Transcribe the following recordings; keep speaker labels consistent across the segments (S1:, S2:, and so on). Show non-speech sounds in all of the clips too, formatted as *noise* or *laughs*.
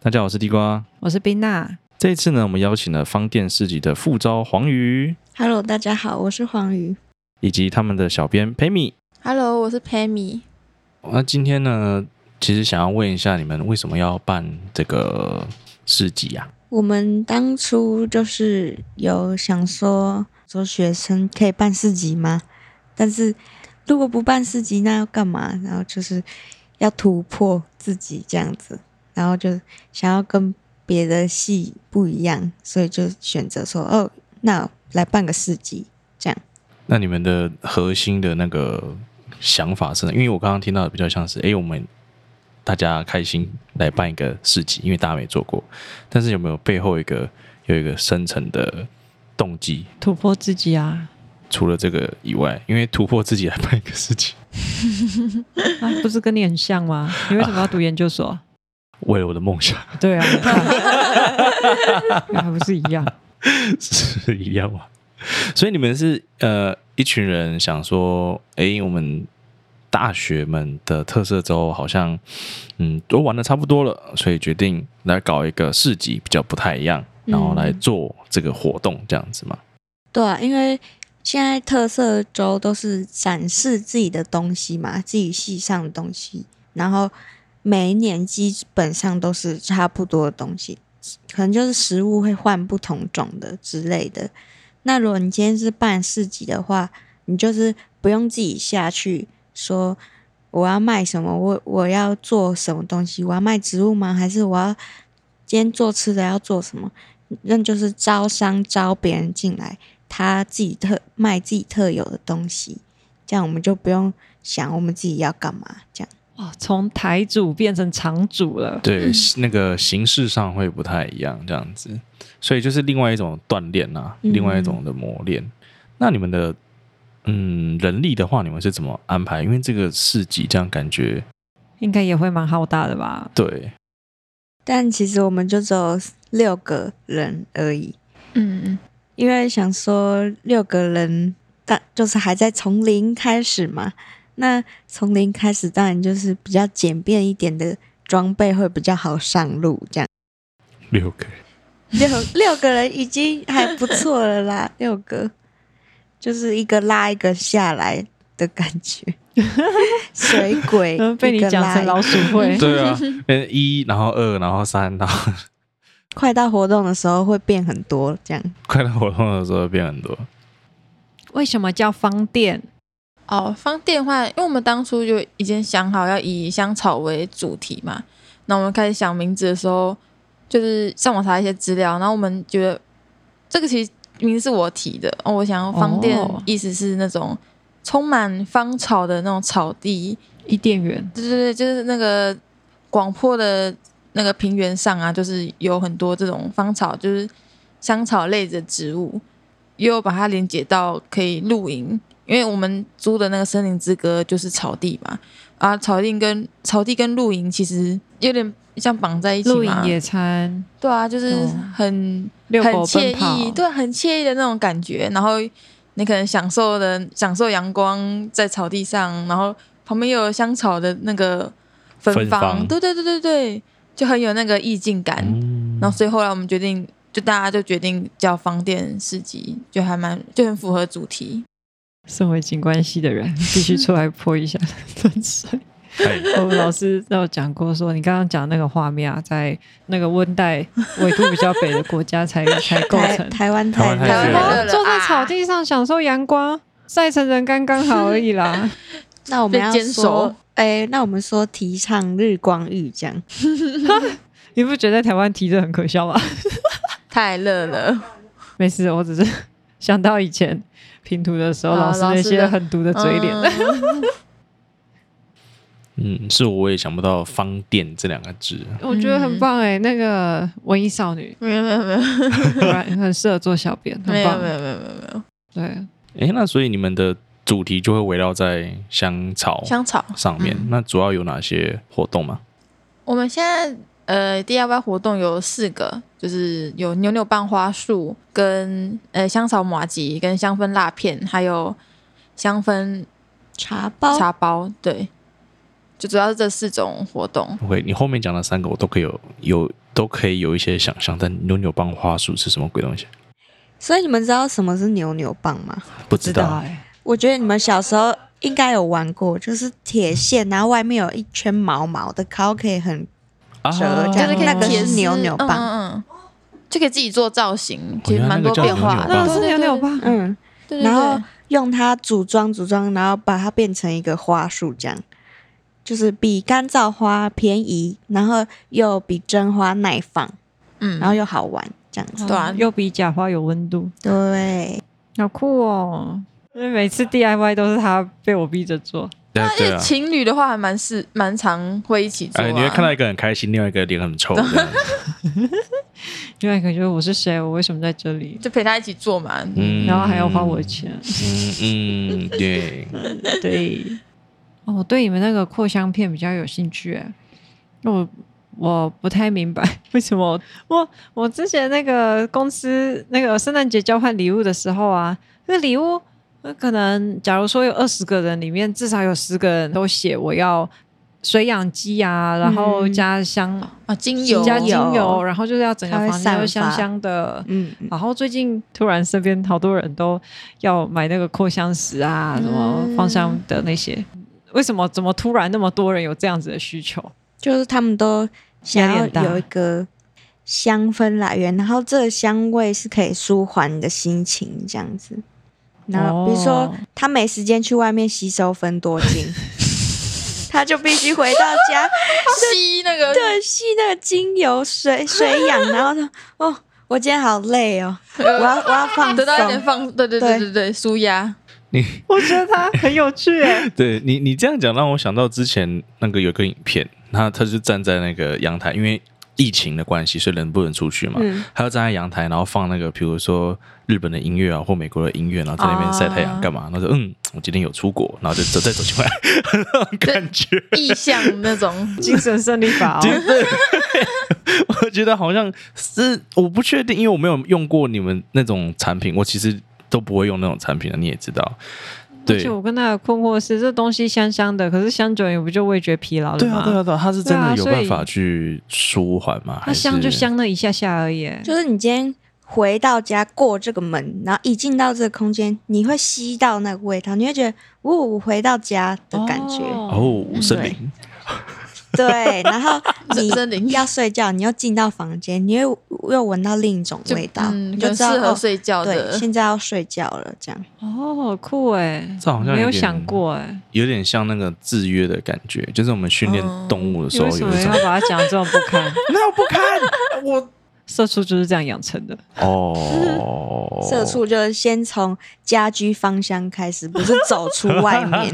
S1: 大家好，我是地瓜。
S2: 我是冰娜。
S1: 这一次呢，我们邀请了方店市集的副招黄鱼，
S3: Hello，大家好，我是黄瑜。
S1: 以及他们的小编 Pammy。
S3: Hello，我是 Pammy。
S1: 那今天呢，其实想要问一下你们为什么要办这个市集啊？
S3: 我们当初就是有想说，说学生可以办市集吗？但是如果不办市集，那要干嘛？然后就是要突破自己这样子，然后就想要跟别的系不一样，所以就选择说，哦，那来办个市集。
S1: 那你们的核心的那个想法是呢？因为我刚刚听到的比较像是，诶，我们大家开心来办一个市集，因为大家没做过，但是有没有背后一个有一个深层的动机？
S2: 突破自己啊！
S1: 除了这个以外，因为突破自己来办一个事情，
S2: 啊，不是跟你很像吗？你为什么要读研究所？
S1: 为了我的梦想
S2: *laughs* 对啊，你 *laughs* 看还不是一样？
S1: 是一样嘛。所以你们是呃一群人想说，诶，我们大学们的特色周好像嗯都玩的差不多了，所以决定来搞一个市集，比较不太一样，然后来
S3: 嗯
S1: 做这个活动这样子嘛。
S3: 对啊，因为现在特色周都是展示自己的东西嘛，自己系上的东西，然后每一年基本上都是差不多的东西，可能就是食物会换不同种的之类的。那如果你今天是办市集的话，你就是不用自己下去说我要卖什么，我我要做什么东西，我要卖植物吗？还是我要今天做吃的要做什么？那就是招商招别人进来，他自己特卖自己特有的东西，这样我们就不用想我们自己要干嘛。这样
S2: 哇，从台主变成场主了，
S3: 嗯
S1: 对，那个形式上会不太一样，这样子，所以就是另外一种锻炼啊，
S3: 嗯
S1: 另外一种的磨练。那你们的嗯人力的话，你们是怎么安排？因为这个市集这样感觉，
S2: 应该也会蛮浩大的吧？
S1: 对，
S3: 但其实我们就只有六个人而已，
S4: 嗯，
S3: 因为想说六个人，但就是还在从零开始嘛。那从零开始，当然就是比较简便一点的装备会比较好上路。这样
S1: 六个
S3: 六 *laughs* 六个人已经还不错了啦， *laughs* 六个就是一个拉一个下来的感觉，
S2: *laughs*
S3: 水鬼
S4: 哎
S2: 嗯，被
S3: 一
S2: 你
S3: 个
S2: 讲
S3: 拉
S2: 成
S3: 一
S2: 老鼠
S1: *laughs*
S2: 会，
S4: *laughs*
S1: 对啊，呃一，然后二，然后三，然后
S3: 快到活动的时候会变很多，这样
S1: 快乐活动的时候变很多。
S2: 为什么叫方店？
S4: 哦，方电话，因为我们当初就已经想好要以香草为主题嘛，那我们开始想名字的时候，就是上网查一些资料，然后我们觉得这个其实名字是我提的哦，我想要方店
S2: 哦
S4: 意思是那种充满芳草的那种草地，
S2: 伊甸园，
S4: 对对对，就是那个广阔的那个平原上啊，就是有很多这种芳草，就是香草类的植物，也有把它连接到可以露营，因为我们租的那个森林之歌就是草地嘛，啊，草地跟草地跟露营其实有点像绑在一起嘛，
S2: 露营野餐，
S4: 对啊，就是
S2: 哦
S4: 很、
S2: 遛
S4: 很
S2: 狗
S4: 惬
S2: 奔跑，
S4: 意，对，很惬意的那种感觉，然后你可能享受的享受阳光在草地上，然后旁边又有香草的那个芬
S1: 芬
S4: 芳，
S1: 芳
S4: 对对对对对，就很有那个意境感。
S1: 嗯
S4: 然后所以后来我们决定，就大家就决定叫方店市集，就还蛮就很符合主题。
S2: 身为景观系的人，必须出来泼一 *laughs* 下冷水。
S1: 哎
S2: *laughs* 我们老师都有讲过说，你刚刚讲那个画面啊，在那个温带纬度比较北的国家才 *laughs* 才构
S3: 台
S2: 成。
S3: 台湾
S1: 台湾
S3: 热
S1: 太热
S3: 了
S1: 了。
S2: 坐
S4: 啊
S2: 在草地上享受阳光，晒成人刚刚好而已
S4: *laughs*
S2: 啦。
S3: 那我们要
S4: 被坚
S3: 说
S4: 守，
S3: 哎、那我们说提倡日光浴这样，
S2: 你不觉得台湾提着很可笑吗？ *laughs*
S4: 太热了，
S2: 没事，我只是想到以前拼图的时候，
S4: 啊
S2: 老师
S4: 老
S2: 那
S4: 师
S2: 些
S4: 的
S2: 狠毒的嘴脸。
S4: 嗯 *laughs*
S1: 嗯，是我也想不到“方店”这两个字。
S2: 我觉得很棒哎、
S4: 嗯
S2: 那个文艺少
S4: *laughs*
S2: 女
S4: 没有没有没有
S2: 果然很适合做小编，
S4: 没
S2: 很
S4: 有
S2: 棒。哦
S4: 没有没有没有没有
S2: 对，
S1: 诶，那所以你们的主题就会围绕在香草
S4: 香草。
S1: 上面。
S4: 嗯
S1: 那主要有哪些活动吗？
S4: 我们现在呃 DIY 活动有四个，就是有扭扭棒花束、跟呃香草马吉、跟香氛蜡片，还有香氛
S3: 茶包
S4: 茶包。对，就主要是这四种活动。
S1: OK，你后面讲的三个我都可以有有都可以有一些想象，但扭扭棒花束是什么鬼东西？
S3: 所以你们知道什么是扭扭棒吗？
S1: 不
S2: 知
S1: 知
S2: 道
S1: 道。
S2: 哎，
S3: 我觉得你们小时候应该有玩过，就是铁线，然后外面有一圈毛毛的，烤可以很
S1: 啊
S3: 折了这
S4: 就
S3: 样
S4: 是可以
S3: 那个是
S4: 铁丝
S3: 扭扭棒
S4: 嗯嗯嗯，就可以自己做造型，其
S1: 哦原
S4: 实
S1: 来
S4: 蛮
S1: 那
S4: 多
S1: 个叫
S4: 变化
S1: 扭扭棒
S4: 的。
S2: 那
S1: 对
S2: 是
S4: 对
S2: 扭扭，棒，
S3: 嗯，
S4: 对对对
S3: 然后用它组装组装，然后把它变成一个花束，这样就是比干燥花便宜，然后又比真花耐放，
S4: 嗯，
S3: 然后又好玩，这样子。
S4: 对啊
S2: 嗯又比假花有温度，
S3: 对，
S2: 好酷哦！因为每次 DIY 都是他被我逼着做，
S1: 对啊
S4: 而
S1: 对
S4: 且
S1: *laughs* 啊。
S4: 情侣的话还蛮是蛮常会一起做、啊
S1: 哎，你会看到一个很开心，另外一个脸很臭。这 *laughs* 样
S2: 另外一个就是我是谁，我为什么在这里，
S4: 就陪他一起做嘛。
S1: 嗯
S2: 然后还要花我的钱，
S1: 嗯嗯，对，
S2: *laughs* 对。哦，我对你们那个扩香片比较有兴趣耶，因为我我不太明白为什么我我之前那个公司那个圣诞节交换礼物的时候啊，那个礼物那可能假如说有二十个人里面，至少有十个人都写我要水养鸡啊，然后
S3: 嗯
S2: 加香、
S4: 啊，精油
S2: 加精油，
S3: 有
S2: 然后就是要整个
S3: 它会
S2: 房间都
S3: 散
S2: 香
S3: 发
S2: 香的，
S3: 嗯，
S2: 然后最近突然身边好多人都要买那个扩香石
S3: 嗯
S2: 啊，什么芳香的那些，为什么怎么突然那么多人有这样子的需求？
S3: 就是他们都想
S2: 压力很大
S3: 要有一个香氛来源，然后这个香味是可以舒缓你的心情，这样子。然后比如说
S2: 哦
S3: 他没时间去外面吸收芬多
S4: *laughs*
S3: 精，他就必须回到家。
S4: 吸那个
S3: 对，吸那个精油
S4: *laughs*
S3: 水水氧，然后呢，哦，我今天好累哦，我要我要放
S4: 得到一点
S3: 松。
S4: 放，对对对对对，舒压。
S2: 我觉得它很有趣、
S3: *laughs*
S2: 欸，
S1: 对你你这样讲让我想到之前那个有个影片，他他就站在那个阳台，因为疫情的关系，所以人不能出去嘛，
S3: 嗯
S1: 他就站在阳台，然后放那个比如说日本的音乐啊或美国的音乐，然后在那边晒太阳干嘛？然后说嗯，我今天有出国，然后就走再走进来，那嗯种感觉。
S4: 意
S3: *laughs*
S4: 象那种
S2: 精神胜利法、哦。
S1: *laughs* 我觉得好像是我不确定，因为我没有用过你们那种产品，我其实都不会用那种产品的，你也知道。
S2: 而
S1: 对
S2: 且我跟他的困惑是，这东西香香的，可是香久了你不就味觉疲劳了
S1: 对
S2: 嗯吗？
S1: 啊，对啊，对啊，他是真
S2: 对
S1: 的
S2: 啊
S1: 有
S2: 所以
S1: 办法去舒缓吗？
S2: 它
S1: 还是
S2: 香就香那一下下而已、欸，
S3: 就是你今天回到家过这个门，然后一进到这个空间，你会吸到那个味道，你会觉得，哦，我回到家的感觉。
S1: 哦，森林。
S3: 对，然
S4: *laughs*
S3: 后
S4: 森森林
S3: 你要睡觉，你又进到房间，你又又闻到另一种味道，
S4: 嗯，
S3: 你就
S4: 就很
S3: 知道
S4: 适合
S3: 哦，
S4: 睡觉
S3: 对，
S4: 的。
S3: 现在要睡觉了，这样。
S2: 哦，酷哎、
S1: 这好像有点
S2: 没有想过哎、
S1: 有点像那个制约的感觉，就是我们训练动物的
S2: 你
S1: 时候
S2: 嗯为
S1: 有一
S2: 什么要
S1: 种
S2: *laughs* 把它讲这么不
S1: *laughs*
S2: 堪？
S1: 那我不
S2: *laughs*
S1: 看我
S2: 社畜就是这样养成的。
S1: 哦，
S3: 社畜就是先从家居芳香开始，不是走出
S1: *laughs*
S3: 外面。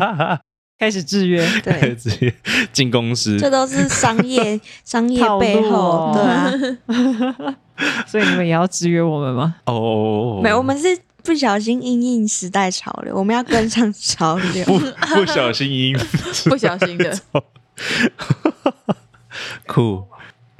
S2: 开始制约，
S3: 对，
S1: 直接进公司
S3: 这都是商业商业
S2: 套路
S3: 背后，
S2: 哦
S3: 对啊，
S2: 所以你们也要制约我们吗？
S1: 哦，
S3: 没有，我们是不小心应应时代潮流，我们要跟上潮
S1: *laughs*
S3: 流。
S2: *laughs*
S1: 不不小心音
S4: 不小
S3: *laughs*
S4: 心的，
S1: 酷。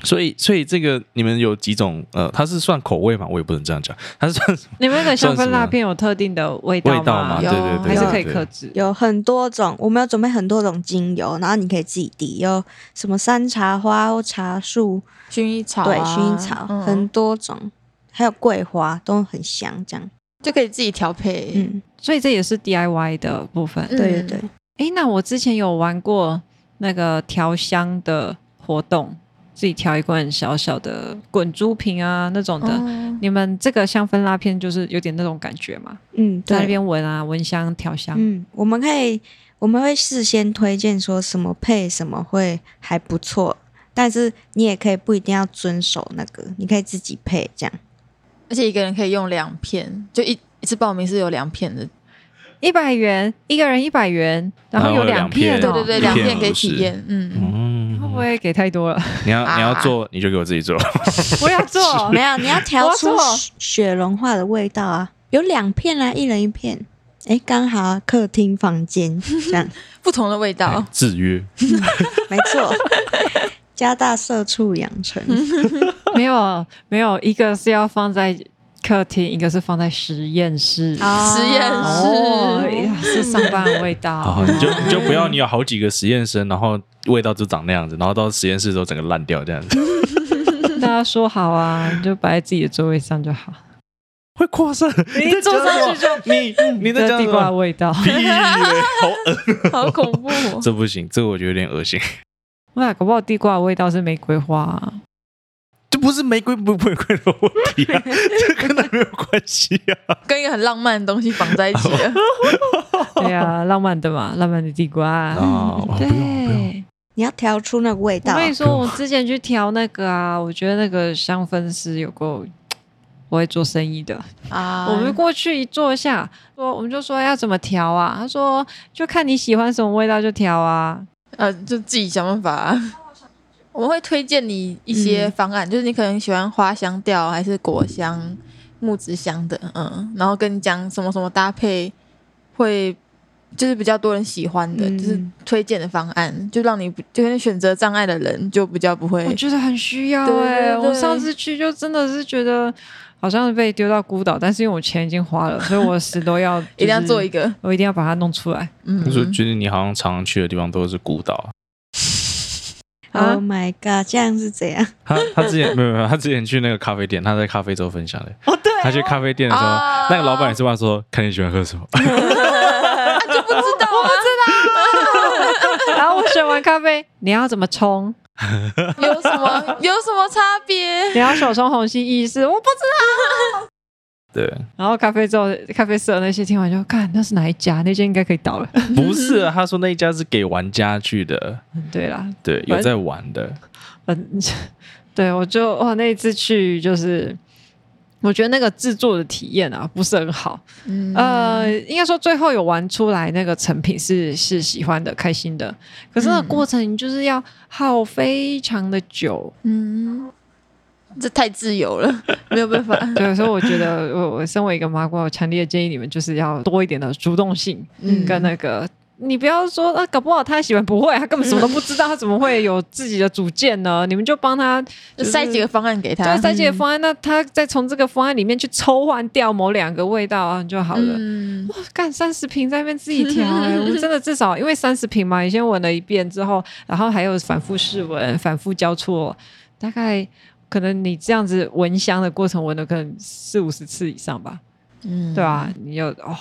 S1: 所以，所以这个你们有几种？呃，它是算口味嘛？我也不能这样讲，它是算什么
S2: 你们那个香氛蜡片有特定的味道
S1: 味
S2: 吗？
S1: 道嘛？对
S4: 有
S1: 对对，
S2: 还
S1: 对
S2: 是可以
S1: 对
S2: 克制？
S3: 有很多种，我们有准备很多种精油，然后你可以自己滴，有什么山茶花或茶树，
S4: 薰衣草啊，
S3: 对，薰衣草，
S4: 嗯
S3: 很多种，还有桂花都很香，这样。
S4: 就可以自己调配。
S3: 嗯，
S2: 所以这也是 DIY 的部分。
S4: 嗯
S3: 对对对，
S2: 诶，那我之前有玩过那个调香的活动，自己调一罐小小的滚珠瓶啊那种的。
S4: 哦
S2: 你们这个香氛蜡片就是有点那种感觉嘛，
S3: 嗯，
S2: 在那
S3: 对，
S2: 边闻啊，闻香调香。
S3: 嗯，我们可以，我们会事先推荐说什么配什么会还不错。但是你也可以不一定要遵守那个，你可以自己配这样。
S4: 而且一个人可以用两片，就一一次报名是有两片的。
S2: 一百元一个人一百元，
S1: 然
S2: 然后
S1: 后
S2: 有
S1: 有
S2: 两
S1: 两片
S2: 片、
S4: 对
S2: 哦，
S4: 对对，
S1: 一
S4: 两
S1: 片
S4: 片可以
S1: 五十
S4: 体验。嗯，
S1: 嗯
S2: 会不会给太 *laughs* 多了？
S1: 你要你要
S4: 啊
S1: 做，你就给我自己做。
S2: 我要 *laughs* 做
S3: 没有，你要调出
S2: 我要做
S3: 雪雪融化的味道啊！有两片啦，一人一片。哎，刚好客厅、房间这样，
S4: 不同的味
S2: 哦
S4: 道。
S1: 制约
S3: 没 *laughs* 错。加大社畜养成， *laughs*
S2: 没有没有，一个是要放在客厅，一个是放在实验室。
S3: 啊
S4: 实验室
S2: 哦，呀是上班的味
S1: *laughs*
S2: 道。
S1: 好，你就你就不要你有好几个实验室，然后味道就长那样子，然后到实验室之后整个烂掉这样子，
S2: 大家说好啊，你就摆在自己的座位上就好。
S1: *laughs* 会扩散。你在
S2: 坐
S1: 讲
S2: 上
S1: 什么
S2: 去就
S1: 你你在
S2: 这
S1: 讲
S2: 地
S1: 什
S2: 瓜的
S1: 么？
S2: 味道。 *laughs*
S1: 屁嘞，好恶，！
S4: 好恐 *laughs* 怖、哦
S1: 这不行，这个我觉得有点恶心。
S2: 那搞不好地瓜的味道是玫瑰
S1: *laughs*
S2: 花、啊。
S1: 这不是玫瑰不玫瑰的问题
S2: *laughs*
S1: 啊，这跟他没有关系啊。
S4: 跟一个很浪漫的东西绑在一起 *laughs* 了，
S2: 对啊，浪漫的嘛，浪漫的地瓜、
S1: 啊，我不
S2: 嗯对，
S1: 用不用，
S3: 你要调出那个味
S2: 我
S3: 道。
S2: 跟你说，我之前去调那个啊，我觉得那个香氛师有够。不会做生意的，
S4: 啊，
S2: 我们过去一坐下，说我们就说要怎么调啊？他说就看你喜欢什么味道就调啊。
S4: 呃，就自己想办法、啊 *laughs* 嗯我们会推荐你一些方案，就是你可能喜欢花香调还是果香、木质香的，嗯，然后跟你讲什么什么搭配会，就是比较多人喜欢的，
S3: 嗯
S4: 就是推荐的方案，就让你不就是选择障碍的人就比较不会
S2: 我觉得很需要
S4: 对
S2: 哎、
S4: 对对
S2: 我上次去就真的是觉得好像被丢到孤岛，但是因为我钱已经花
S4: *laughs*
S2: 了，所以我死都要、
S4: 一定要做一
S2: 个，
S4: 个，
S2: 我一定要把它弄出来。
S4: 嗯
S1: 我，就觉得你好像常常去的地方都是孤岛。
S2: 啊
S3: Oh my god，这样是怎样？
S1: 他他之
S2: *laughs*
S1: 前没有没有，他之前去那个咖啡店，他在咖啡周分享的。
S2: 哦，对哦
S1: 他去咖啡店的时候，
S4: 啊
S1: 那个老板也是问他说：“看你喜欢喝什么
S4: 啊就不知道啊，
S2: 然后我选完咖啡， *laughs* 你要怎么冲？
S4: 有什么有什么差别？
S2: 你要手冲虹吸意式，我不知？” *laughs*
S1: 对，
S2: 道。然后咖啡之后，咖啡社那些听完就看那是哪一家，那间应该可以倒了。 *laughs*
S1: *laughs* 不是啊，他说那一家是给玩家去的，
S2: 嗯对啦，
S1: 对，有在玩的。
S2: 嗯， *laughs* 对我就哇那一次去就是。我觉得那个制作的体验啊不是很好，
S4: 嗯
S2: 呃，应该说最后有玩出来那个成品是是喜欢的、开心的，可是那个
S4: 嗯
S2: 过程就是要耗非常的久，
S4: 嗯，这太自由了，没有办法。
S2: 对，所以我觉
S4: *laughs*
S2: 得我我身为一个麻瓜，我强烈建议你们就是要多一点的主动性
S4: 嗯
S2: 跟那个。你不要说，啊，搞不好他喜欢不会，他根本什么都不知道，他怎么会有自己的主见呢？你们就帮他
S4: *laughs* 就塞几个，方案给
S2: 就
S4: 他，
S2: 是对，塞几个方案，那他再从这个方案里面去抽换掉某两个味道啊就好了。
S4: 嗯
S2: 哇，干三十瓶在那边自己调、欸，我真的至少因为三十瓶嘛，你先闻了一遍之后，然后还有反复试闻、反复交错，大概可能你这样子闻香的过程，闻了可能四五十次以上吧，
S4: 嗯
S2: 对吧、啊？你有哦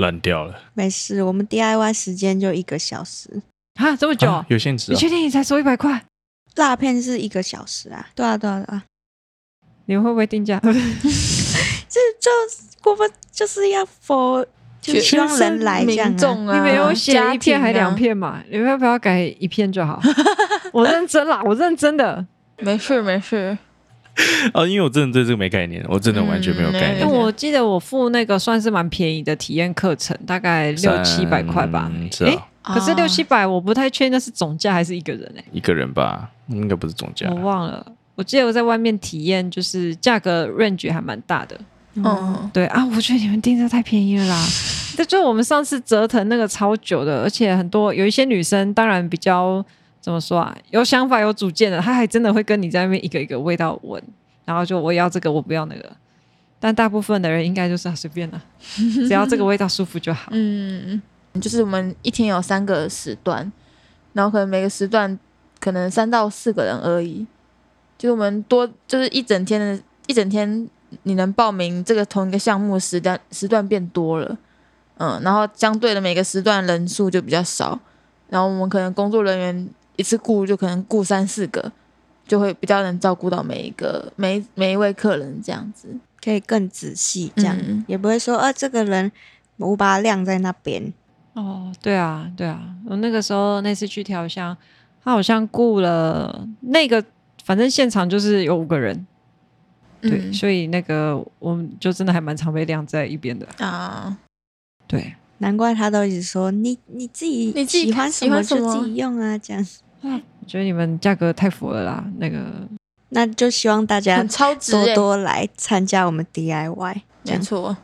S1: 烂掉了
S3: 没事，我们 DIY 时间就一个小时，
S2: 啊这么久，
S1: 啊有限制
S2: 你
S1: 啊！
S2: 确定你才收一百块？
S3: 蜡片是一个小时啊。对啊，对啊，对啊，
S2: 你会不会定价？
S3: 这就我们就是要 for 就希望人来这样
S4: 民
S3: 啊。
S4: 众啊，
S2: 你没有写一片还两
S4: 家庭
S2: 片嘛？你们要不要改一片就好？我认真啦，我认真的。
S4: 啊？没事没事，
S1: 啊，因为我真的对这个没概念，我真的完全没有概
S4: 嗯
S1: 念
S2: 因为。我记得我付那个算是蛮便宜的体验课程，大概六七百块吧。
S1: 嗯是啊，
S2: 可是
S4: 啊
S2: 六七百，我不太确定那是总价还是一个人哎、
S1: 一个人吧，应该不是总价
S2: 我。忘了。我记得我在外面体验，就是价格 range 还蛮大的。
S4: 嗯，
S2: 对啊，我觉得你们定价太便宜了
S4: *laughs*
S2: 啦。这就是我们上次折腾那个超久的，而且很多有一些女生当然比较怎么说啊，有想法有主见的，她还真的会跟你在那边一个一个味道闻，然后就我要这个，我不要那个。但大部分的人应该就是啊随
S4: *laughs*
S2: 便啦，只要这个味道舒服就好。
S4: 嗯，就是我们一天有三个时段，然后可能每个时段可能三到四个人而已，就是我们多就是一整天的，一整天你能报名这个同一个项目的时段时段变多了，嗯，然后相对的每个时段人数就比较少，然后我们可能工作人员一次雇就可能雇三四个，就会比较能照顾到每一个每一每一位客人这样子，
S3: 可以更仔细，这样、
S4: 嗯
S3: 也不会说，呃，这个人我把它晾在那边，
S2: 哦，对啊，对啊，我那个时候那次去调香，他好像雇了那个，反正现场就是有五个人，对，
S4: 嗯
S2: 所以那个我们就真的还蛮常被晾在一边的，
S4: 啊，
S2: 对。
S3: 难怪他都一直说你你自己
S4: 你自己
S3: 喜欢什么
S4: 喜欢什
S3: 就
S4: 么
S3: 自己用啊，这样。
S2: 我觉得你们价格太符合了啦，那个
S3: 那就希望大家
S4: 很超值、
S3: 多
S4: 欸，
S3: 多来参加我们 DIY，这
S4: 没
S3: 样
S4: 错，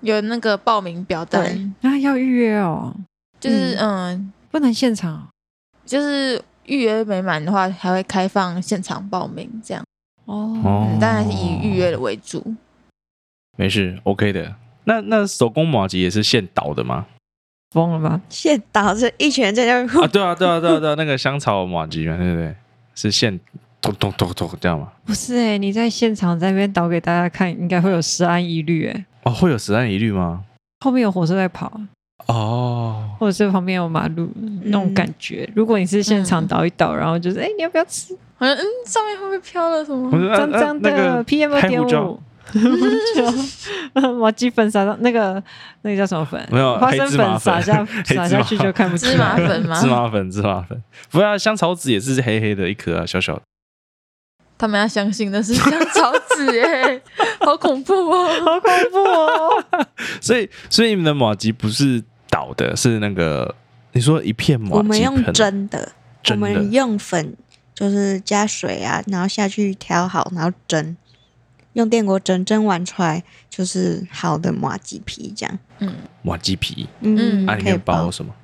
S4: 有那个报名表单，
S2: 啊要预约哦，
S4: 就是嗯，
S2: 不能现场哦
S4: 就是预约没满的话，还会开放现场报名这样，
S2: 哦。
S1: 哦
S4: 当然是以预约的为主。
S1: 没事，OK 的。那那手工马吉也是现捣的
S2: *laughs*
S1: 吗？
S2: 疯了吧？
S3: 现打着一拳在那
S1: 啊，
S3: 边，
S1: 对啊，对啊，对啊，对啊，那个香草马吉嘛，对不对？是现咚咚咚咚这样吗？
S2: 不是哎、你在现场在那边导给大家看，应该会有十安一律哎、
S1: 哦，会有实案疑虑吗？
S2: 后面有火车在跑，
S1: 哦，
S2: 或者是旁边有马路那种感觉。
S1: 嗯
S2: 如果你是现场导一导，然后就是哎、你要不要吃
S4: 好像嗯，上面会不会飘了什么
S1: 我？说啊
S2: 脏
S1: 啊
S2: 脏的、
S1: 那个
S2: PM 二
S1: 黑
S2: 点
S1: 胡椒
S2: 五？就马鸡粉撒到那个那个叫什么粉？
S1: 没有 *laughs*
S2: 花
S1: 黑
S2: 生
S1: 芝麻
S2: 粉撒下
S1: 粉
S2: 撒下去就看不
S4: 芝
S2: 出
S4: 麻
S2: 来。 *laughs*
S4: 粉吗
S1: *laughs* 芝？麻粉，芝麻粉，不要、啊、香草籽也是黑黑的一颗啊，小小的。
S4: 他们要相信那是香草籽哎， *laughs* 好恐怖
S1: *laughs*
S4: 哦！
S2: 好恐怖哦！
S1: 所以，所以你们的马吉不是倒的，是那个你说一片马吉
S3: 我们用
S1: 盆
S3: 蒸的，我
S1: 蒸
S3: 们
S1: 的
S3: 用粉就是加水啊，然后下去调好，然后蒸，用电锅蒸，蒸完出来就是好的马吉皮这样。
S1: 马吉皮，
S4: 嗯
S3: 嗯，
S1: 啊，里
S3: 可以
S1: 面包什么？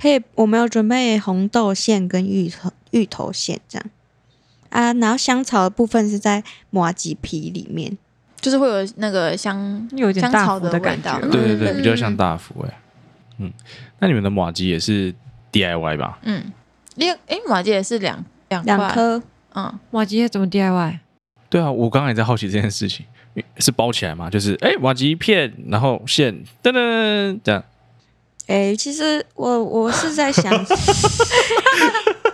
S3: 可以，我们有准备红豆馅跟芋头芋头馅这样啊，然后香草的部分是在马吉皮里面，
S4: 就是会有那个香
S2: 有点
S4: 香
S2: 大
S4: 草
S2: 福
S4: 的
S2: 感
S4: 味
S2: 觉
S4: 道，，
S1: 对对对，
S4: 嗯
S1: 比较像。大福哎、嗯，那你们的马吉也是 DIY 吧？
S4: 嗯，因为哎，马吉也是两两
S3: 两
S4: 块，
S3: 颗
S4: 嗯，
S2: 马吉怎么 DIY？
S1: 对啊，我刚刚也在好奇这件事情，因为是包起来嘛？就是哎，马吉片，然后馅，噔噔，这样
S3: 诶，其实我我是在想， *laughs*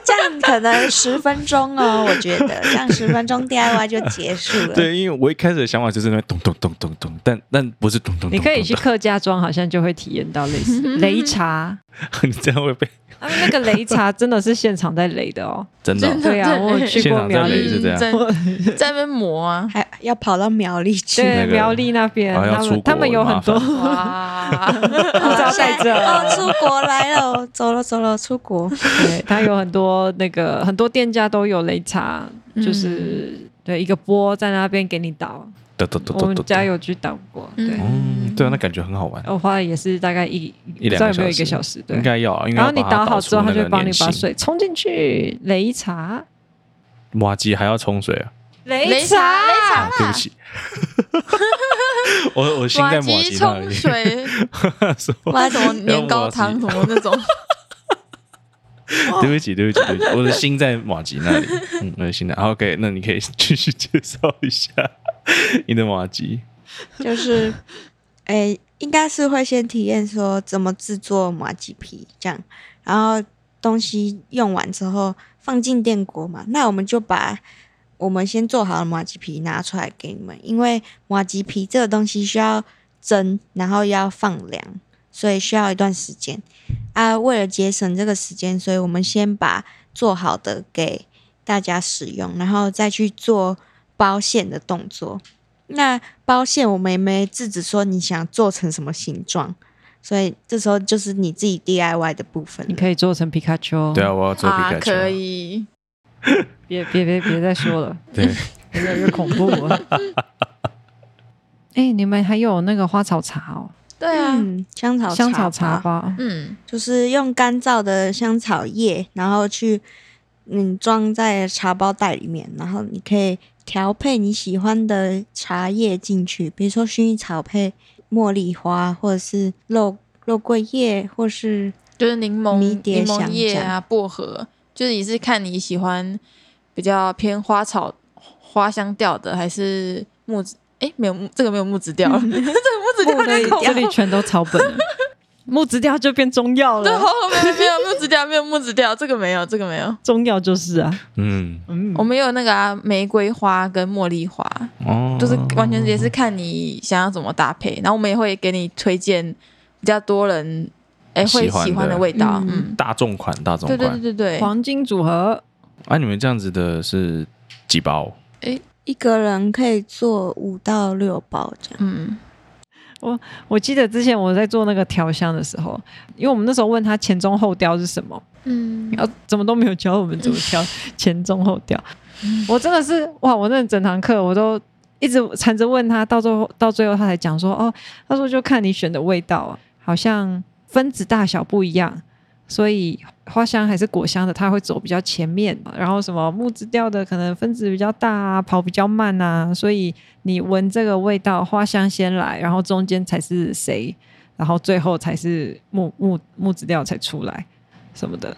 S3: 这样可能十分钟哦，我觉得这样十分钟 DIY 就结束了。，
S1: 对，因为我一开始的想法就是那边咚咚咚咚咚，但但不是咚咚咚
S2: 你可以去
S1: 咚
S2: 客家庄，好像就会体验到类似擂茶。
S1: 咚 *laughs* 你这样会被
S2: 他们那个擂茶真的是现场在擂的哦。
S1: 真的哦、
S4: 真的
S2: 对啊，我有去
S1: 现
S2: 过
S1: 场在
S2: 苗
S1: 擂
S2: 栗
S1: 是，这样
S4: 在
S2: 我
S4: 在那边磨啊
S1: *laughs*
S3: 还要跑到苗栗去。
S1: 那
S2: 对
S1: 个
S2: 苗栗那边，
S1: 啊要
S2: 他
S1: 出国
S2: 们他们有很多
S1: 了麻
S4: 哇，
S2: 护照带
S3: 现在
S2: 着，
S3: 哦，出国来了，我走了走了，出国。
S2: 对，他有很多那个很多店家都有擂茶，就是对一个钵在那边给你倒，
S1: 咚咚
S2: *laughs*
S1: 咚
S2: 我
S1: 咚
S2: 们
S1: 咚
S2: 家
S1: 咚。
S2: 有去倒过，对。
S1: 嗯，对啊，那感觉很好玩。
S2: 我花了也是大概一
S1: 一
S2: 不
S1: 两
S2: 知道
S1: 个
S2: 有没有一
S1: 小时
S2: 个小时，哦对
S1: 应。该要啊，因为
S2: 然后
S1: 要
S2: 你
S1: 把它
S2: 倒好之后，
S1: 出那
S2: 他就
S1: 个
S2: 会帮你
S1: 粘
S2: 把
S1: 性。
S2: 水冲进去擂茶，
S1: 挖机还要冲水啊！
S2: 擂
S4: 擂茶擂
S1: 啊，对不起，
S2: *laughs*
S1: 我我心在
S4: 马
S1: 马吉
S4: 吉
S1: 那里 *laughs*
S4: 冲。水，
S1: 说
S4: 那什么年糕汤什么那种，
S1: 对不起，对不起，对不起，我的心在马吉那
S2: *laughs*
S1: 里。嗯，我的心在。好 OK，那你可以继续介绍一下你的马吉。
S3: 就是，诶，应该是会先体验说怎么制作马吉皮这样，然后东西用完之后放进电锅嘛，那我们就把我们先做好的马吉皮拿出来给你们，因为马吉皮这个东西需要蒸，然后要放凉，所以需要一段时间啊。为了节省这个时间，所以我们先把做好的给大家使用，然后再去做包馅的动作。那包馅我们也没制止说你想做成什么形状，所以这时候就是你自己 DIY 的部分
S2: 你
S3: 了。
S2: 可以做成皮哦卡丘。
S1: 对啊，，我 *laughs* 要做皮
S4: 啊
S1: 卡，丘。
S4: 可以，
S2: 别别别别再说了，
S1: 对，
S2: 越来越恐怖了。哎，你们还有那个花草茶哦，
S4: 对啊，
S3: 嗯，香草
S2: 香草
S3: 吧
S2: 茶包。
S4: 嗯，
S3: 就是用干燥的香草叶，然后去嗯装在茶包袋里面，然后你可以调配你喜欢的茶叶进去，比如说薰衣草配茉莉花，或者是肉肉桂叶，或是
S4: 就是柠檬
S3: 迷迭
S4: 柠檬
S3: 香
S4: 叶
S3: 这
S4: 啊，
S3: 样
S4: 薄荷，就是也是看你喜欢比较偏花草花香调的，还是木质。哎，没有木，这个没有木质调，这个木质调
S2: 这
S4: 太
S2: 里
S4: 恐
S2: 这里
S4: 怖。
S2: 全都草本了，木质调就变中药
S4: 对，好
S2: 了，，
S4: 没有没有木质调，没有木质调，这个没有，这个没有。
S2: 中药就是啊，
S1: 嗯，
S2: 嗯
S4: 我，们有那个啊，玫瑰花跟茉莉花，
S2: 嗯
S1: 哦，
S4: 就是完全也是看你想要怎么搭配，然后我们也会给你推荐比较多人哎会
S1: 喜欢的
S4: 喜欢的味道，嗯
S3: 嗯，
S1: 大众款，大众
S4: 对对
S1: 款
S4: 对。对对，
S2: 黄金组合，
S1: 啊，你们这样子的是几包？
S3: 一个人可以做五到六包这样。
S4: 嗯，
S2: 我记得之前我在做那个调香的时候，因为我们那时候问他前中后调是什么，
S4: 嗯
S2: 然后怎么都没有教我们怎么调前中后调，我真的是哇，我那整堂课我都。一直缠着问他，到最后到最后他才讲说，哦，他说就看你选的味道啊，好像分子大小不一样，所以花香还是果香的，它会走比较前面嘛。然后什么木质调的，可能分子比较大啊，跑比较慢啊。所以你闻这个味道，花香先来，然后中间才是谁，然后最后才是木木木质调才出来什么的。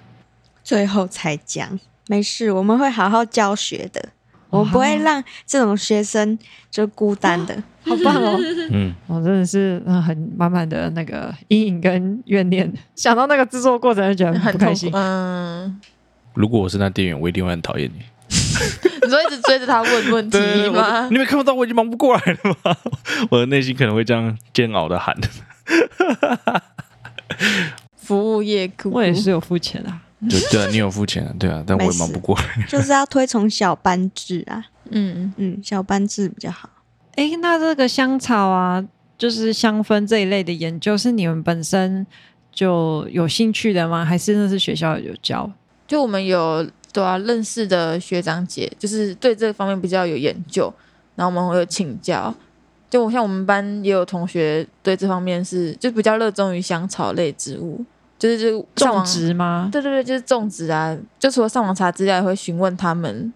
S3: 最后才讲。没事，我们会好好教学的，我们不会让这种学生就孤单的。
S2: 好棒哦！
S1: 嗯，
S2: *laughs* 我真的是呃很满满的那个阴影跟怨念， *laughs* 想到那个制作过程就觉得很
S4: 很
S2: 不
S4: 痛
S2: 开
S4: 苦
S2: 心。。
S4: 嗯， *laughs*
S1: 如果我是那店员，我一定会很讨厌你。
S4: 你说一直追着他问问
S2: *laughs*
S4: 题
S1: 对，我
S4: 吗
S1: 你？没看不到我已经忙不过来了 *laughs* 吗？我的内心可能会这样煎熬的喊，
S4: *laughs* 服务业酷，
S2: 我也是有付钱啊，
S1: 就对啊，你有付钱啊，对啊，但我也忙不过 *laughs* 来。
S3: 就是要推崇小班制啊，
S4: 嗯，
S3: 嗯，小班制比较好。
S2: 诶，哎那这个香草啊，就是香氛这一类的研究，是你们本身就有兴趣的吗？还是那是学校有教？
S4: 就我们有对啊认识的学长姐，就是对这方面比较有研究，然后我们会有请教。就我像我们班也有同学对这方面是就比较热衷于香草类植物，就是就上
S2: 种
S4: 网，
S2: 植吗？
S4: 对对对，就是种植啊，就除了上网查资料，也会询问他们。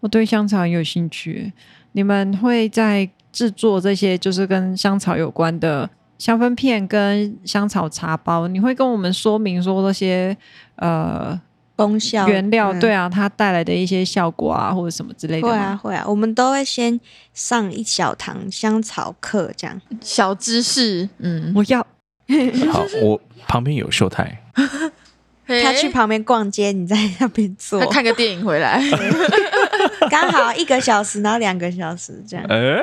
S2: 我对香草很有兴趣。你们会在制作这些就是跟香草有关的香氛片跟香草茶包，你会跟我们说明说这些呃
S3: 功效
S2: 原料、
S3: 嗯
S2: 对啊，它带来的一些效果啊，或者什么之类的
S3: 会
S2: 吗？
S3: 啊会啊，我们都会先上一小堂香草课，这样
S4: 小知识，嗯，
S2: 我要
S1: 好，我旁边有秀 *laughs* 泰，
S3: 他去
S4: 嘿
S3: 旁边逛街，你在那边做
S4: 他，看个电影回 *laughs* 来，
S3: *laughs* 刚好一个小时，然后两个小时这样。
S1: 哎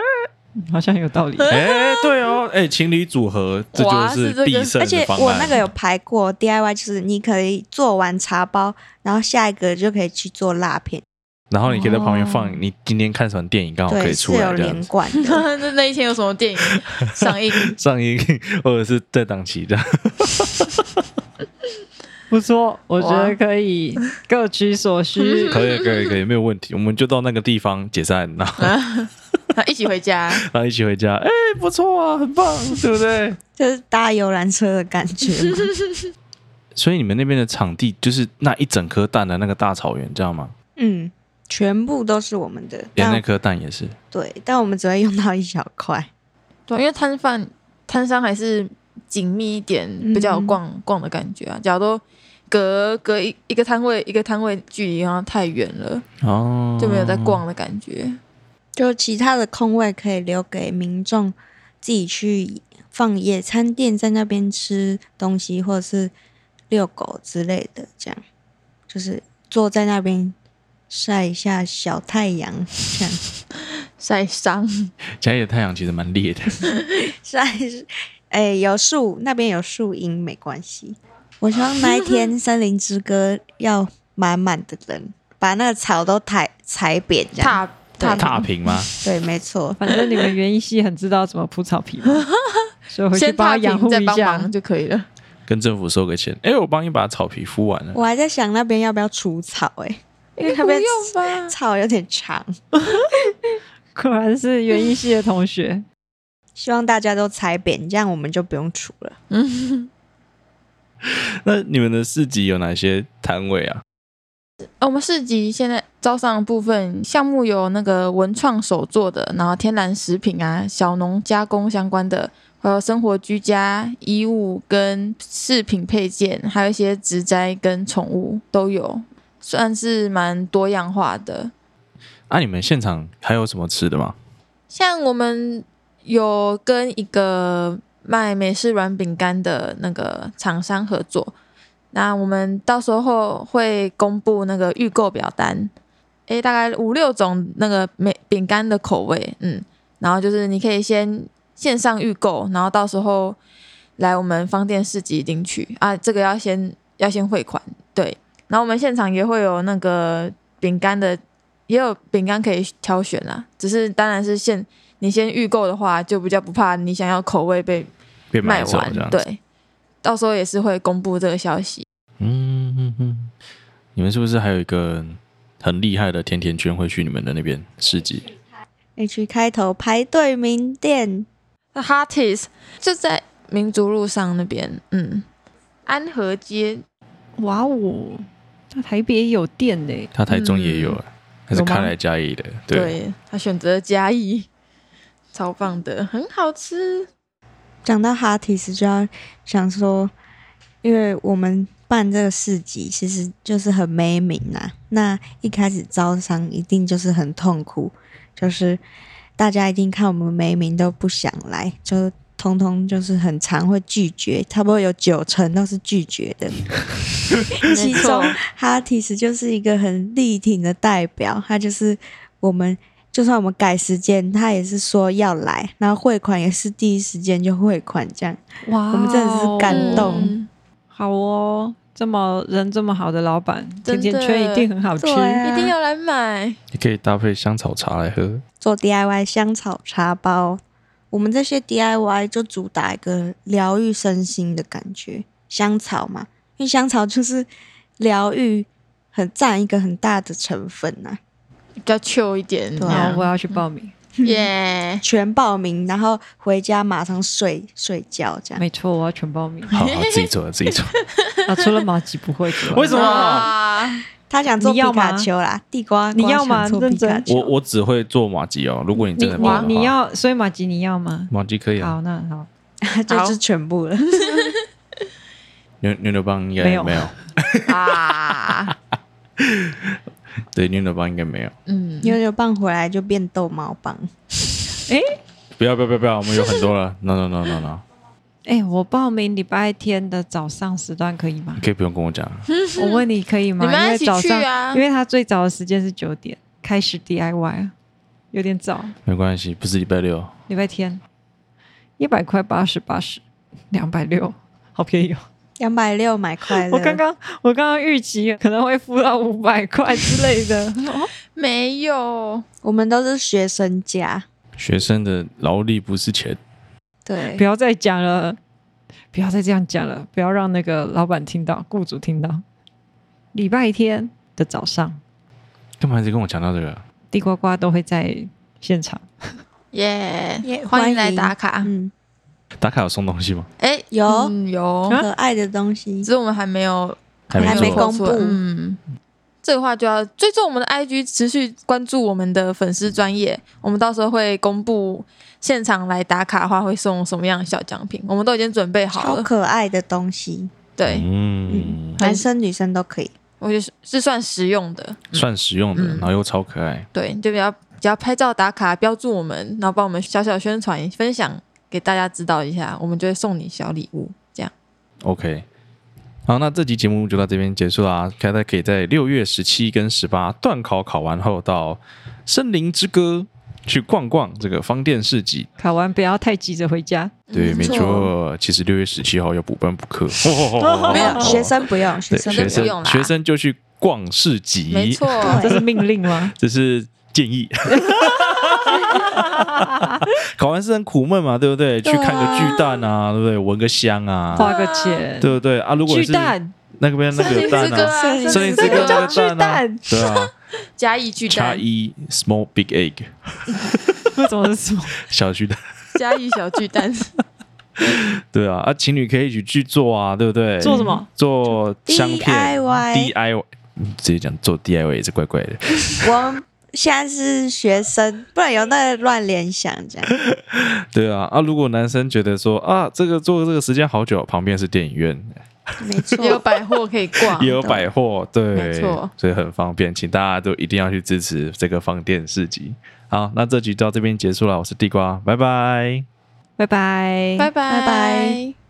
S2: 好像有道理。
S1: 哎，对哦，哎，情侣组合，这就
S4: 哇是这
S1: 是
S4: 个
S1: 必胜
S3: 而且
S1: 的方
S3: 我那
S1: 案。
S3: 个有排过 DIY，就是你可以做完茶包，然后下一个就可以去做蜡片，
S1: 然后你可以在旁边放
S2: 哦
S1: 你今天看什么电影，刚好哦可
S3: 对，
S1: 以
S3: 是
S1: 出来
S3: 有
S1: 这
S3: 连
S1: 样子。
S3: 贯
S1: *laughs*
S3: 的。
S4: 那那一天有什么电影上映？
S1: 上映 *laughs* 或者是在档期 *laughs* 这样。
S2: 不错，我觉得可以各取所需。
S1: 可以可以可以，没有问题，我们就到那个地方解散，然后
S4: 啊一起回家，
S1: 然后一起回家。哎，不错啊，很棒，对不对？
S3: 就是搭游览车的感觉嘛。
S1: *laughs* 所以你们那边的场地就是那一整颗蛋的那个大草原，知道吗？
S3: 嗯，全部都是我们的，
S1: 连那
S3: 但
S1: 颗蛋也是。
S3: 对，但我们只会用到一小块。
S4: *laughs* 对啊，因为摊贩摊商还是紧密一点，比较有逛、逛的感觉啊。假如都隔隔一一个摊位一个摊位距离，然后太远了，
S1: 哦，
S4: 就没有在。逛的感觉。
S3: 就其他的空位可以留给民众自己去放野餐垫，在那边吃东西或者是遛狗之类的，这样就是坐在那边晒一下小太阳，这样
S4: 晒伤，
S1: 家里的太阳其实蛮烈
S4: *laughs*
S1: 的，
S3: 晒。哎、有树那边有树荫没关系。我希望那一天 *laughs* 《森林之歌》要满满的人，把那个草都踩踩扁，这样
S4: 踏踏
S1: 踏平
S4: *laughs*
S1: 吗？
S3: 对，没错。
S2: 反正你们园艺系很知道怎么铺草皮嘛，所以回去
S4: 先
S2: 帮
S4: 踏
S2: 它养
S4: 平
S2: 护
S4: 再
S2: 一
S4: 帮
S2: 下
S4: 忙。就可以了。
S1: 跟政府收个钱。哎，我帮你把草皮敷完
S4: 哦
S1: 了。
S3: 我还在想那边要不要除草、哎，因为那
S4: 不
S3: 边
S4: 用 *laughs* 吧？
S3: 草有点长，
S2: 果然是园艺系的同学，
S3: 希望大家都踩扁，这样我们就不用除了。
S4: 嗯，
S1: 那你们的市集有哪些摊位啊？
S4: 啊，我们市集现在招商的部分项目有那个文创手作的，然后天然食品啊、小农加工相关的，还有生活居家、衣物跟饰品配件，还有一些植栽跟宠物都有，算是蛮多样化的。
S1: 啊，你们现场还有什么吃的吗？
S4: 像我们有跟一个卖美式软饼干的那个厂商合作，那我们到时候会公布那个预购表单，诶，大概五六种那个美饼干的口味，嗯，然后就是你可以先线上预购，然后到时候来我们方店市集领取啊，这个要先要先汇款，对，然后我们现场也会有那个饼干的也有饼干可以挑选啦，只是当然是现你先预购的话，就比较不怕你想要口味被
S1: 被买
S4: 卖
S1: 走
S4: 完
S1: 这样。，
S4: 对，到时候也是会公布这个消息。
S1: 嗯嗯嗯。你们是不是还有一个很厉害的甜甜圈会去你们的那边市集？
S3: H 开头排队名店，
S4: 那 Hearties 就在民族路上那边，嗯，安和街
S2: 哇哦，那台北也有店呢、
S1: 他台中也有，他是
S2: 有吗
S1: 开来嘉义的，对，
S4: 嗯对他选择嘉义，超棒的，很好吃。
S3: 讲到哈提斯，就要想说，因为我们办这个市集，其实就是很没名呐、那一开始招商一定就是很痛苦，就是大家一定看我们没名都不想来，就通通就是很常会拒绝，差不多有九成都是拒绝的。其中哈提斯就是一个很力挺的代表，他就是我们。就算我们改时间，他也是说要来，然后汇款也是第一时间就汇款，这样
S2: 哇哦，
S3: 我们真的是感动
S4: 嗯
S2: 好哦，这么人这么好的老板，
S4: 真
S2: 甜
S4: 的
S2: 甜圈一定很好吃。
S3: 对啊
S4: 嗯一定要来买。
S1: 你可以搭配香草茶来喝。
S3: 做 DIY 香草茶包。我们这些 DIY 就主打一个疗愈身心的感觉，香草嘛，因为香草就是疗愈，很占一个很大的成分呐、
S4: 比较 Q 一点，
S3: 对啊
S2: 好，我要去报名。
S4: 耶！
S3: 全报名，然后回家马上睡睡觉这样。
S2: 没错，我要全报名。
S1: 好好，自己做的，自己做。
S2: 啊，除了毛吉不会 *laughs* 之外，
S1: *laughs* 为什么
S4: 哇
S3: 他想做
S2: 你
S3: 皮
S2: 要吗
S3: 卡丘啦，地瓜
S2: 你要吗
S3: 光想做皮卡
S2: 认
S3: 丘，
S1: 我我只会做马吉哦，如果你
S2: 你
S1: 真的没有的话
S2: 你你要，所以马吉你要吗？
S1: 马吉可以啊，
S2: 好，那好，
S3: 他 *laughs* 就是全部了。
S1: 牛牛牛棒应该
S2: 没有
S1: 没有，
S4: 啊，
S1: 对，牛牛棒应该没有。
S4: 嗯，
S3: 牛牛棒回来就变逗猫棒，
S1: 不要不要不要不要，我们有很多了，no no no no no，
S2: 哎，我报名礼拜天的早上时段可以吗
S1: 你？可以不用跟我讲，啊
S2: 我问你可以吗？
S4: 你们
S2: 因
S4: 要一
S2: 为
S4: 起
S2: 早
S4: 去
S2: 上，
S4: 啊
S2: 因？为他最早的时间是九点开始 DIY，啊有点早。
S1: 没关系，不是礼拜六，
S2: 礼拜天，一百块八十八十，两百六，好便宜哦！
S3: 两百六买快乐。
S2: 我刚刚我刚刚预期可能会付到五百块之类
S4: *laughs*
S2: 的，
S4: 没有，
S3: 我们都是学生家，
S1: 学生的劳力不是钱，
S3: 对
S2: 不，要再讲了，不要再这样讲了，不要让那个老板听到，雇主听到。礼拜天的早上，
S1: 干嘛一直跟我强调这个？
S2: 地瓜瓜都会在现场，
S4: 耶
S3: 耶！
S4: 欢
S3: 欢
S4: 迎来
S3: 迎
S4: 打卡。
S3: 嗯，
S1: 打卡有送东西吗？
S4: 哎，
S3: 有啊
S4: 嗯有，
S3: 可爱的东西
S4: 只。是我们还没有
S1: 还
S3: 还
S1: 没
S3: 没
S1: 做，
S3: 公布
S4: 嗯，这个话就要追踪我们的 IG，持续关注我们的粉丝专业。我们到时候会公布现场来打卡的话会送什么样的小奖品，我们都已经准备好
S3: 超
S4: 了。
S3: 可爱的东西，
S4: 对，
S1: 嗯，
S3: 男生女生都可以。
S4: 我觉得是是算实用的。
S1: 算实用的，
S4: 嗯
S1: 然后又超可爱，
S4: 对，就比较只要拍照打卡，标注我们，然后帮我们小小宣传分享给大家知道一下，我们就会送你小礼物。这样，
S1: OK，好，那这期节目就到这边结束啦。大家可以在六月十七跟十八段考考完后，到森林之歌去逛逛这个方店市集。
S2: 考完不要太急着回家。
S1: 对，没
S3: 没错
S1: 错。其实六月十七号要补班补课，
S3: 没有学生不用，
S1: 哦
S3: 学
S1: 对
S3: 生
S4: 生
S3: 不
S1: 学
S3: 用
S4: 就不用
S1: 生
S4: 啦
S1: 学生就去逛市集，
S4: 没
S1: *laughs*
S4: 错，
S2: 哦这是命令吗？
S1: 这是建议。考完试很苦闷嘛，对不对？去
S3: 对啊
S1: 看个巨蛋啊，对不对？闻个香啊，
S2: *laughs* 花个钱，
S1: 对不对啊？如果
S2: 巨
S1: 是
S2: 蛋，
S1: 那边那个蛋啊，
S3: 森林
S1: 森林之
S2: 这
S1: 歌
S2: 个叫
S1: 那个
S2: 巨
S1: 蛋啊
S2: *laughs* 蛋，
S1: 对啊，
S4: 加一巨
S1: 差
S4: 蛋，
S1: 一 small big egg
S2: *laughs* 为什么是说
S1: 小巨蛋，
S4: 加一小巨蛋， *laughs*
S1: 对啊，啊情侣可以一起去做啊，对不对？
S2: 做什？ *laughs* 么？
S1: 做香片
S3: DIY。
S1: DIY，嗯直接讲做 DIY 也是怪怪的。
S3: 我们现在是学生，不然有那个乱联想这样。
S1: 对啊，啊如果男生觉得说啊这个做这个时间好久，旁边是电影院，
S3: 没
S4: *laughs*
S3: 错
S4: 也，有百货可以逛
S1: 也。有百货，对
S4: 没，错
S1: 所以很方便，请大家都一定要去支持这个方店市集。好，那这集到这边结束了，我是地瓜，拜拜。
S2: 拜拜，
S4: 拜拜
S3: 拜拜